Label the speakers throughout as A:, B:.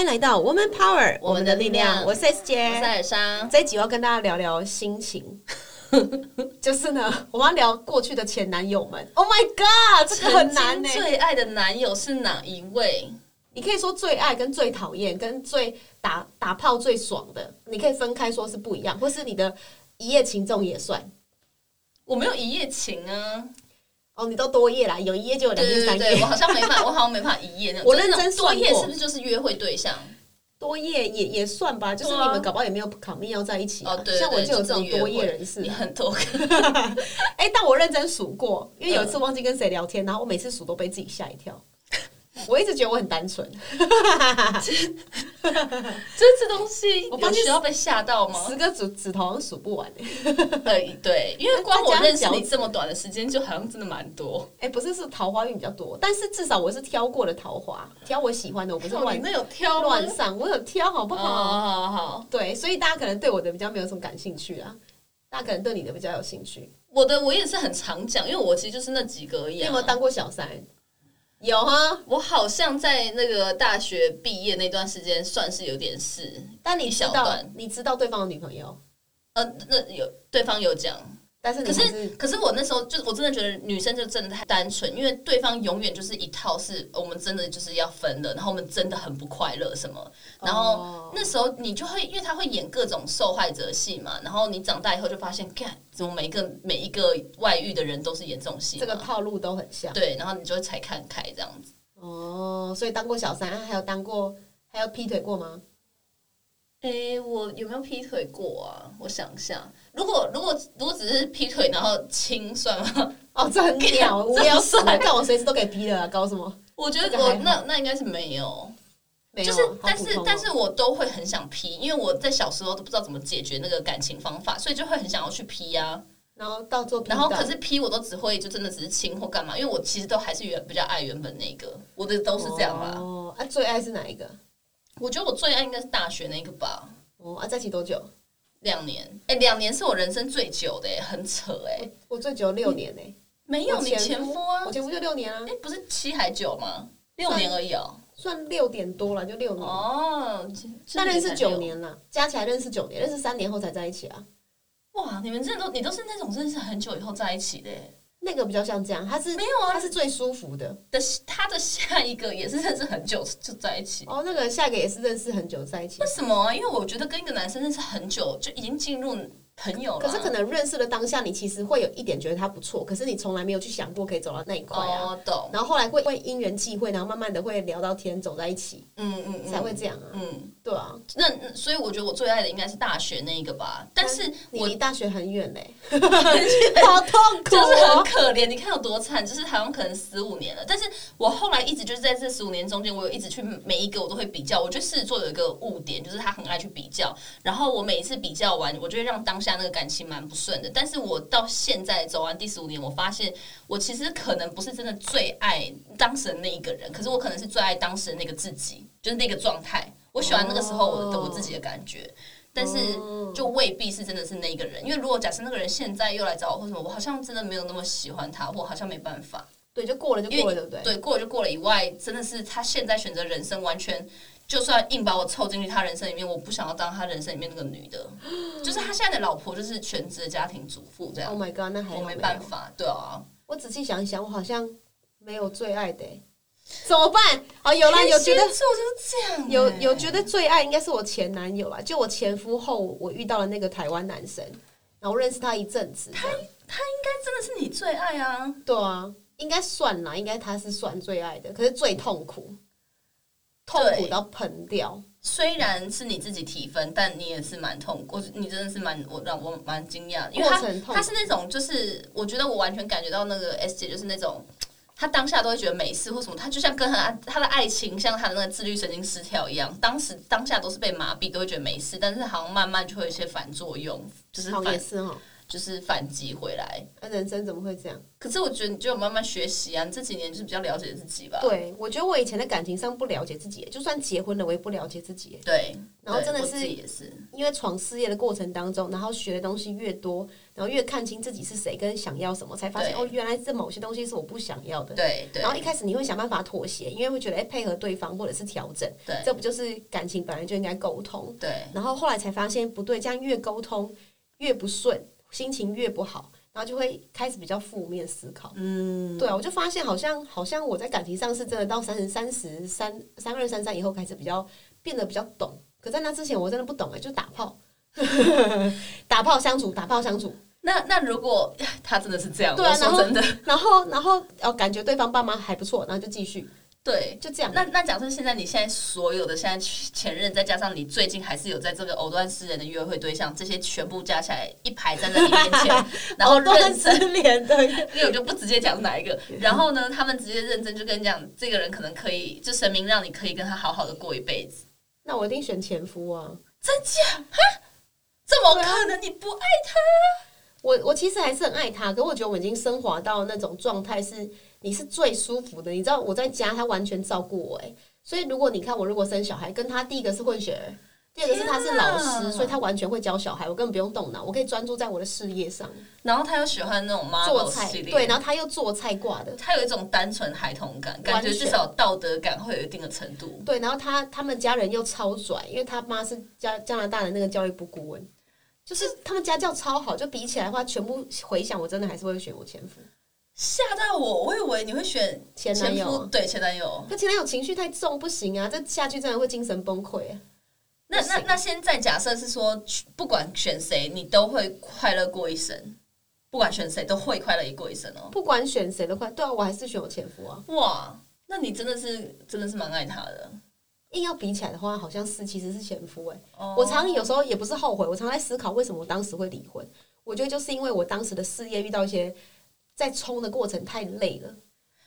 A: 迎来到 Woman Power，
B: 我们的力量
A: 我是 S
B: 我是
A: 姐，
B: 尔莎，
A: 这一集我要跟大家聊聊心情。 就是呢，我们要聊过去的前男友们。Oh my god，这个很难呢、欸
B: 曾经最爱的男友是哪一位？
A: 你可以说最爱跟最讨厌，跟最打打炮最爽的，你可以分开说是不一样，或是你的一夜情这种也算。
B: 我没有一夜情啊，
A: 哦，你都多夜啦，有一夜就有
B: 对
A: 两夜
B: 对
A: 三
B: 对
A: 夜。
B: 对，我好像没办 法，我好像没办法一夜那种。
A: 我认真
B: 就是那种多
A: 算过
B: 夜是不是就是约会对象？
A: 多夜也也算吧，就是
B: 对
A: 你
B: 啊
A: 们搞不好也没有 commit 要在一起、啊。
B: 哦对对
A: 像我就有
B: 对
A: 这种
B: 就是约
A: 多
B: 会
A: 夜人士啊
B: 你。很多个，
A: 哎、但我认真数过，因为有一
B: 嗯
A: 次忘记跟谁聊天，然后我每次数都被自己吓一跳。 我一直觉得我很单纯，
B: 这这东西
A: 我发
B: 有
A: 现
B: 需要被吓到吗？
A: 十个指指头好像数不完、哎
B: 呃，对，因为光我认
A: 再
B: 识
A: 加上脚
B: 你这么短的时间，就好像真的蛮多。
A: 哎、不是是桃花运比较多，但是至少我是挑过的桃花，挑我喜欢的，我不是
B: 哦
A: 乱
B: 你那有挑吗
A: 乱上，我有挑好不
B: 哦
A: 好？
B: 好好好，
A: 对，所以大家可能对我的比较没有什么感兴趣啊，大家可能对你的比较有兴趣。
B: 我的我也是很常讲，因为我其实就是那几个而已、
A: 你
B: 啊。
A: 有没有当过小三？有哈，
B: 我好像在那个大学毕业那段时间，算是有点事。
A: 但你
B: 一
A: 知
B: 小
A: 道
B: 段
A: 你知道对方的女朋友，
B: 呃，那有对方有讲，
A: 但是你
B: 可
A: 还
B: 是可是我那时候就我真的觉得女生就真的太单纯，因为对方永远就是一套是我们真的就是要分了，然后我们真的很不快乐什么，然后
A: 哦
B: 那时候你就会，因为他会演各种受害者戏嘛，然后你长大以后就发现，干怎么每一个每一个外遇的人都是演这种戏嘛，
A: 这个套路都很像
B: 对，然后你就会才看开这样子。
A: 哦。所以当过小三，啊还有当过，还有劈腿过吗？
B: 诶、我有没有劈腿过啊？我想一下，如果如果如果只是劈腿然后亲算吗？
A: 哦，这很屌，无
B: 这
A: 聊
B: 不
A: 死了，
B: 算
A: 但我随时都可以劈的啊，搞什么？
B: 我觉
A: 这
B: 得
A: 个
B: 我
A: 还好
B: 那那应该是没有，
A: 没有，
B: 就是
A: 好
B: 但
A: 普
B: 是
A: 通哦
B: 但是我都会很想劈，因为我在小时候都不知道怎么解决那个感情方法，所以就会很想要去劈啊。
A: 然后到做劈
B: 然后
A: 到
B: 可是 P 我都只会就真的只是亲或干嘛，因为我其实都还是原比较爱原本那个，我的都是这样啦。
A: 哦，啊，最爱是哪一个？
B: 我觉得我最爱应该是大学那个吧，
A: 哦，啊，在一起多久？
B: 两年，哎，两年是我人生最久的，很扯哎，
A: 我最久六年呢、
B: 没有
A: 我
B: 你
A: 前
B: 前夫啊
A: 我，前夫就六年啊，
B: 哎，不是七还九吗？六年而已哦，
A: 算六点多了，就六年。
B: 哦，
A: 但认识
B: 才
A: 九
B: 六，
A: 年了，加起来认识九年，认识三年后才在一起啊。
B: 哇，你们这都你都是那种认识很久以后在一起的耶，
A: 那个比较像这样，他是
B: 没有啊
A: 他是最舒服的
B: 的他的下一个也是认识很久就在一起。
A: 哦。那个下一个也是认识很久在一起
B: 为，什么啊？因为我觉得跟一个男生认识很久，就已经进入朋友了。
A: 可是可能认识的当下，你其实会有一点觉得他不错，可是你从来没有去想过可以走到那一块啊。
B: 哦，懂，
A: 然后后来会会因缘际会，然后慢慢的会聊到天，走在一起，
B: 嗯嗯嗯，
A: 才会这样啊。
B: 嗯。
A: 对啊，
B: 那那所以我觉得我最爱的应该是大学那一个吧，但是
A: 你
B: 我
A: 离大学很远 嘞，好痛苦
B: 就
A: 哦。
B: 是很可怜，你看有多惨，就是好像可能十五年了，但是我后来一直就是在这十五年中间，我有一直去每一个我都会比较。我觉得狮子座有一个误点，就是他很爱去比较，然后我每一次比较完，我就会让当下那个感情蛮不顺的。但是我到现在走完第十五年，我发现我其实可能不是真的最爱当时的那一个人，可是我可能是最爱当时的那个自己，就是那个状态。我喜欢那个时候我的我自己的感觉，但是。
A: 哦
B: 就未必是真的是那一个人，因为如果假设那个人现在又来找我或什么，我好像真的没有那么喜欢他，我好像没办法。
A: 对，就过了就过了，对不对？
B: 对，过了就过了以外，真的是他现在选择人生完全，就算硬把我凑进去他人生里面，我不想要当他人生里面那个女的，就是他现在的老婆就是全职的家庭主妇这样，
A: Oh my god，那还好
B: 啊我
A: 没
B: 没
A: 有
B: 办。法，对啊，
A: 我仔细想一想，我好像没有最爱的欸、怎么办？哦，有
B: 哎
A: 啦，有觉得
B: 天蝎座就是这样欸、
A: 有有觉得最爱应该是我前男友啦，就我前夫后，我遇到了那个台湾男生，然后认识他一阵子，这样
B: 真的是你最爱啊，
A: 对啊，应该算啦，应该他是算最爱的，可是最痛苦，痛苦
B: 对
A: 到喷掉。
B: 虽然是你自己提分，但你也是蛮痛苦，你真的是蛮我让我蛮惊讶的，因为
A: 过
B: 他
A: 程痛
B: 他是那种就是我觉得我完全感觉到那个 S 姐就是那种。她当下都会觉得没事或什么，她就像跟她她的爱情像她的那个自律神经失调一样，当时当下都是被麻痹，都会觉得没事，但是好像慢慢就会有一些反作用，就是
A: 好
B: 反
A: 也是哈，
B: 就是反击回来。
A: 那人生怎么会这样？
B: 可是我觉得你就有慢慢学习啊，你这几年就是比较了解自己吧。
A: 对，我觉得我以前在感情上不了解自己，就算结婚了，我也不了解自己。
B: 对，
A: 然后
B: 对
A: 真的
B: 我
A: 是
B: 自己也是，
A: 因为闯事业的过程当中，然后学的东西越多，然后越看清自己是谁跟想要什么，才发现
B: 对
A: 哦，原来这某些东西是我不想要的。
B: 对对
A: 然后一开始你会想办法妥协，因为会觉得哎、配合对方或者是调整，
B: 对
A: 这不就是感情本来就应该沟通。
B: 对
A: 然后后来才发现不对，这样越沟通越不顺，心情越不好，然后就会开始比较负面思考。嗯，对啊，我就发现好像好像我在感情上是真的到三十三十三三二三三以后开始比较变得比较懂，可在那之前我真的不懂哎、就打炮。 打炮相处，打炮相处，
B: 那那如果他真的是这样，
A: 对啊
B: 我
A: 然
B: 说
A: 后
B: 真的，
A: 然后，然后，哦，感觉对方爸妈还不错，然后就继续，
B: 对。
A: 就这样。
B: 那那假设现在你现在所有的现在前任，再加上你最近还是有在这个藕断丝连的约会对象，这些全部加起来一排站在你面 前，然后
A: 藕断
B: 认
A: 丝
B: 真，
A: 连的，
B: 因为我就不直接讲哪一个。然后呢，他们直接认真就跟你讲，这个人可能可以，就神明让你可以跟他好好的过一辈子，
A: 那我一定选前夫啊！
B: 真假？哈，怎么可能？你不爱
A: 我我其实还是很爱他，可我觉得我已经升华到那种状态是，你是最舒服的。你知道我在家，他完全照顾我，哎，所以如果你看我如果生小孩，跟他第一个是混血儿，第二个是他是老
B: 天
A: 师，
B: 啊
A: 所以他完全会教小孩，我根本不用动脑，我可以专注在我的事业上，
B: 然后他又喜欢那种妈
A: 做
B: 宝
A: 菜
B: 系列，
A: 对，然后他又做菜挂的。
B: 他有一种单纯孩童感，感
A: 完
B: 觉
A: 全
B: 至少道德感会有一定的程度。
A: 对，然后他他们家人又超拽，因为他妈是加加拿大的那个教育部顾问，就是他们家教超好，就比起来的话，全部回想我真的还是会选我前夫
B: 吓到我，我以为你会选
A: 前男友啊、
B: 夫，对前男友。
A: 可前男友情绪太重，不行啊！这下去真的会精神崩溃。啊
B: 那
A: 不行
B: 那那现在假设是说，不管选谁，你都会快乐过一生，不管选谁都会快乐过一生哦。
A: 不管选谁的话，对啊，我还是选我前夫啊。
B: 哇，那你真的是真的是蛮爱他的。
A: 硬要比起来的话，好像是其实是前夫哎、
B: 哦
A: 我常常有时候也不是后悔，我常常在思考为什么我当时会离婚。我觉得就是因为我当时的事业遇到一些在冲的过程太累了，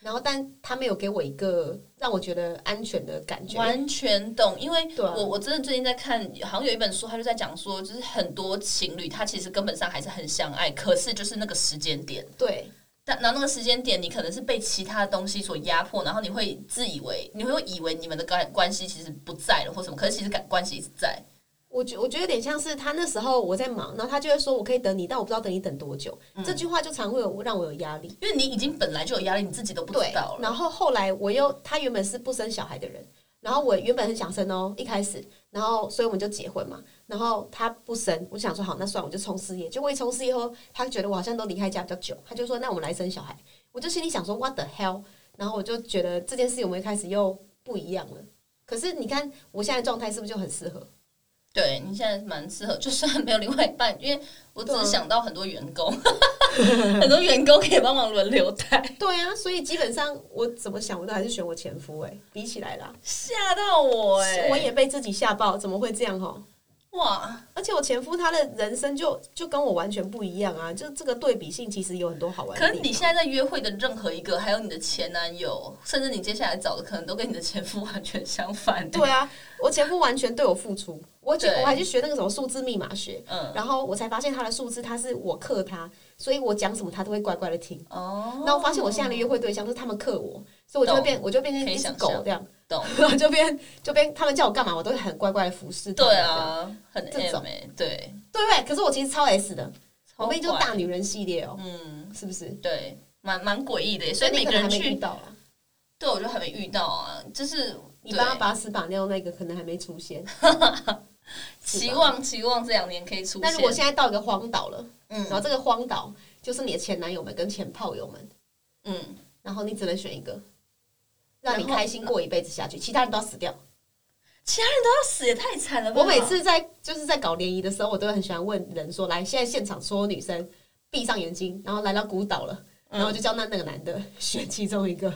A: 然后但他没有给我一个让我觉得安全的感觉。
B: 完全懂，因为
A: 对啊
B: 我我真的最近在看，好像有一本书，他就在讲说，就是很多情侣他其实根本上还是很相爱，可是就是那个时间点。
A: 对
B: 但然后那个时间点，你可能是被其他的东西所压迫，然后你会自以为，你会以为你们的关关系其实不在了或什么，可是其实感关系一直在。
A: 我觉我觉得有点像是他那时候我在忙，然后他就会说我可以等你，但我不知道等你等多久。这句话就常会有让我有压力。
B: 因为你已经本来就有压力，你自己都不知
A: 对
B: 道，了。
A: 然后后来我又，他原本是不生小孩的人，然后我原本很想生哦，一开始，然后所以我们就结婚嘛，然后他不生，我想说好，那算了我就冲事业，结果一冲事业后，他觉得我好像都离开家比较久，他就说那我们来生小孩，我就心里想说 what the hell，然后我就觉得这件事情我们一开始又不一样了。可是你看我现在的状态是不是就很适合？
B: 对你现在蛮适合，就算没有另外一半，因为我只
A: 对啊
B: 是想到很多员工， 很多员工可以帮忙轮流带。
A: 对啊，所以基本上我怎么想，我都还是选我前夫哎、比起来啦，
B: 吓到我哎、
A: 我也被自己吓爆，怎么会这样哦？
B: 哇，
A: 而且我前夫他的人生就就跟我完全不一样啊，就这个对比性其实有很多好玩的
B: 可
A: 地
B: 是
A: 方。
B: 你现在在约会的任何一个，还有你的前男友，甚至你接下来找的，可能都跟你的前夫完全相反、
A: 对啊，我前夫完全对我付出，我觉
B: 对
A: 我还去学那个什么数字密码学，
B: 嗯，
A: 然后我才发现他的数字他是我克他，所以我讲什么他都会乖乖的听。
B: 哦，
A: 然后我发现我现在的约会对象是他们克我，所以我就会变，我就变成
B: 可以
A: 一只
B: 想
A: 狗
B: 象
A: 这样，
B: 懂。
A: 然后就变就变，他们叫我干嘛我都会很乖乖的服侍他们
B: 对
A: 这样。
B: 啊，很
A: 这
B: M
A: 种
B: 哎、对，
A: 对不对？可是我其实超 S 的，我
B: 超
A: 们就
B: 怪
A: 大女人系列哦，
B: 嗯，
A: 是不是？
B: 对，蛮蛮诡异的欸耶，所以
A: 你
B: 每
A: 可
B: 个
A: 能还
B: 人
A: 没遇
B: 去，
A: 到啊。
B: 对我就还没遇到啊，就是
A: 你帮他
B: 对
A: 把屎把尿那个可能还没出现。
B: 期望期望这两年可以出现。
A: 那如果现在到一个荒岛了，
B: 嗯
A: 然后这个荒岛就是你的前男友们跟前炮友们，
B: 嗯，
A: 然后你只能选一个，让你
B: 然后
A: 开心过一辈子下去，其他人都要死掉。
B: 其他人都要死也太惨了吧！
A: 我每次在就是在搞联谊的时候，我都会很喜欢问人说，来，现在现场所有女生
B: 嗯
A: 闭上眼睛，然后来到孤岛了，然后就叫那那个男的选其中一个。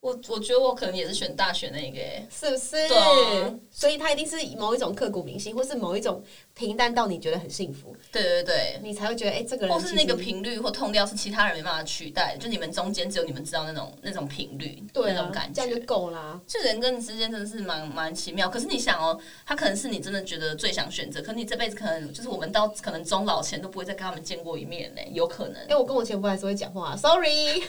B: 我我觉得我可能也是选大学那个欸耶、
A: 是不是
B: 对啊？
A: 所以他一定是某一种刻骨铭心，或是某一种平淡到你觉得很幸福，
B: 对对对，
A: 你才会觉得哎、这个人
B: 或是
A: 其
B: 那
A: 实
B: 个频率或痛调是其他人没办法取代的，就你们中间只有你们知道那种那种频率，
A: 对
B: 那
A: 啊
B: 种感，
A: 这
B: 觉
A: 样。就够啦。
B: 就人跟人之间真的是蛮蛮奇妙，可是你想哦，他可能是你真的觉得最想选择，可你这辈子可能就是我们到可能终老前都不会再跟他们见过一面嘞，有可能
A: 哎、。我跟我前夫还是会讲话、s o r r y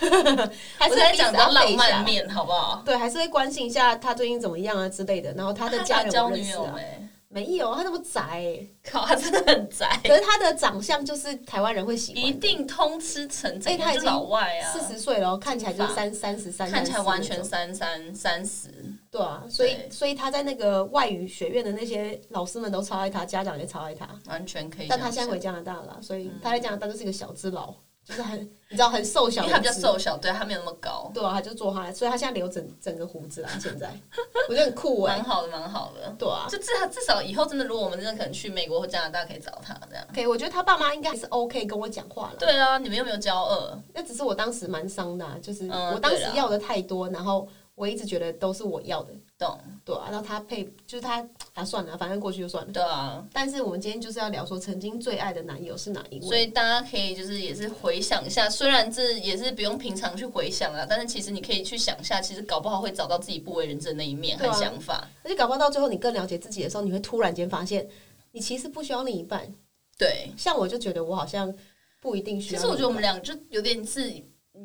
A: 还
B: 我
A: 是
B: 在
A: 会
B: 讲
A: 彼此
B: 比较
A: update
B: 浪
A: 一
B: 漫
A: 下，
B: 面，好不好？
A: 对，还是会关心一下他最近怎么样啊之类的。然后 他的家
B: 他
A: 人
B: 交
A: 我认
B: 女
A: 识
B: 友
A: 啊，
B: 没？
A: 没有，他那么宅、欸
B: 靠，他真的很宅，
A: 可是他的长相就是台湾人会喜
B: 一
A: 欢的，
B: 定通吃成这
A: 哎他已
B: 就
A: 经
B: 老外啊，
A: 四十岁了，看起来就是三三十三，
B: 看起来
A: 34
B: 完
A: 那
B: 全
A: 种
B: 三三三十，
A: 对啊，所以
B: 对
A: 所以他在那个外语学院的那些老师们都超爱他，家长也超爱他。
B: 完全可以这
A: 但
B: 样
A: 他
B: 想。
A: 现在回加拿大了，所
B: 嗯
A: 以他在加拿大就是一个小只佬，就是很你知道很瘦小
B: 因
A: 的
B: 为
A: 只，
B: 他比较瘦小，对他没有那么高，
A: 对啊，他就做他，所以他现在留整整个胡子啦。现在 我觉得很酷哎、
B: 蛮好的，蛮好的。
A: 对啊。
B: 就至少至少以后真的，如果我们真的可能去美国或加拿大，可以找他这样。
A: OK，我觉得他爸妈应该还是 OK 跟我讲话了。
B: 对啊，你们又没有骄傲，
A: 那只是我当时蛮伤的、啊，就是
B: 嗯
A: 我当时
B: 对啦
A: 要的太多，然后我一直觉得都是我要的，
B: 懂？
A: 对啊。然后他配就是他啊，算了，反正过去就算了。
B: 对啊，
A: 但是我们今天就是要聊说曾经最爱的男友是哪一位，
B: 所以大家可以就是也是回想一下，虽然这也是不用平常去回想啊，但是其实你可以去想一下，其实搞不好会找到自己不为人知的那一面
A: 对
B: 和
A: 啊
B: 想法。
A: 而且搞不好到最后你更了解自己的时候，你会突然间发现，你其实不需要另一半。
B: 对，
A: 像我就觉得我好像不一定需
B: 其
A: 要
B: 实
A: 另一半。
B: 我觉得我们俩就有点是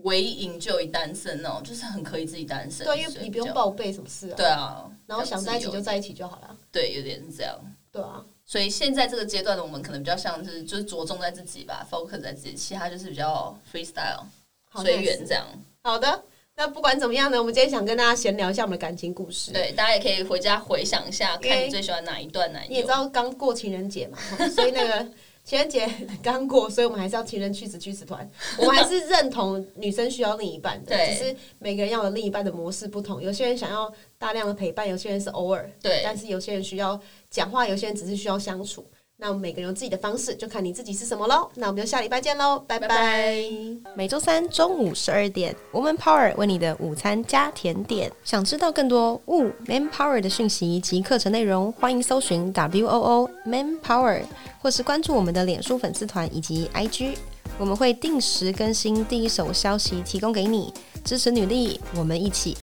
B: 唯营救一单身哦，就是很可以自己单身，
A: 对，因为
B: 所以
A: 你不用
B: 比较
A: 报备什么事啊，
B: 对啊，
A: 然后
B: 比较
A: 想
B: 自
A: 在一起
B: 由
A: 就在一起就好了，
B: 对，有点是这样。
A: 对啊，
B: 所以现在这个阶段的我们可能比较像是就是着重在自己吧，focus 在自己，其他就是比较 freestyle
A: 好
B: 随缘
A: nice
B: 这样。
A: 好的，那不管怎么样呢，我们今天想跟大家闲聊一下我们的感情故事。
B: 对，大家也可以回家回想一下，
A: 因为
B: 看你最喜欢哪一段男
A: 你也知
B: 友。
A: 道刚过情人节嘛，所以那 个情人节刚过，所以我们还是要情人去死去死团。我们还是认同女生需要另一半的，
B: 对
A: 只是每个人要的另一半的模式不同。有些人想要大量的陪伴，有些人是偶尔，
B: 对
A: 但是有些人需要讲话，有些人只是需要相处。那我们每个人有自己的方式，就看你自己是什么喽。那我们就下礼拜见喽，拜
B: 拜
A: 拜
B: 拜
C: 每周三中午十二点，Woman Power 为你的午餐加甜点。想知道更多 Wo Man Power 的讯息及课程内容，欢迎搜寻 W O O Man Power，或是关注我们的脸书粉丝团以及 IG。我们会定时更新第一手消息，提供给你支持女力，我们一起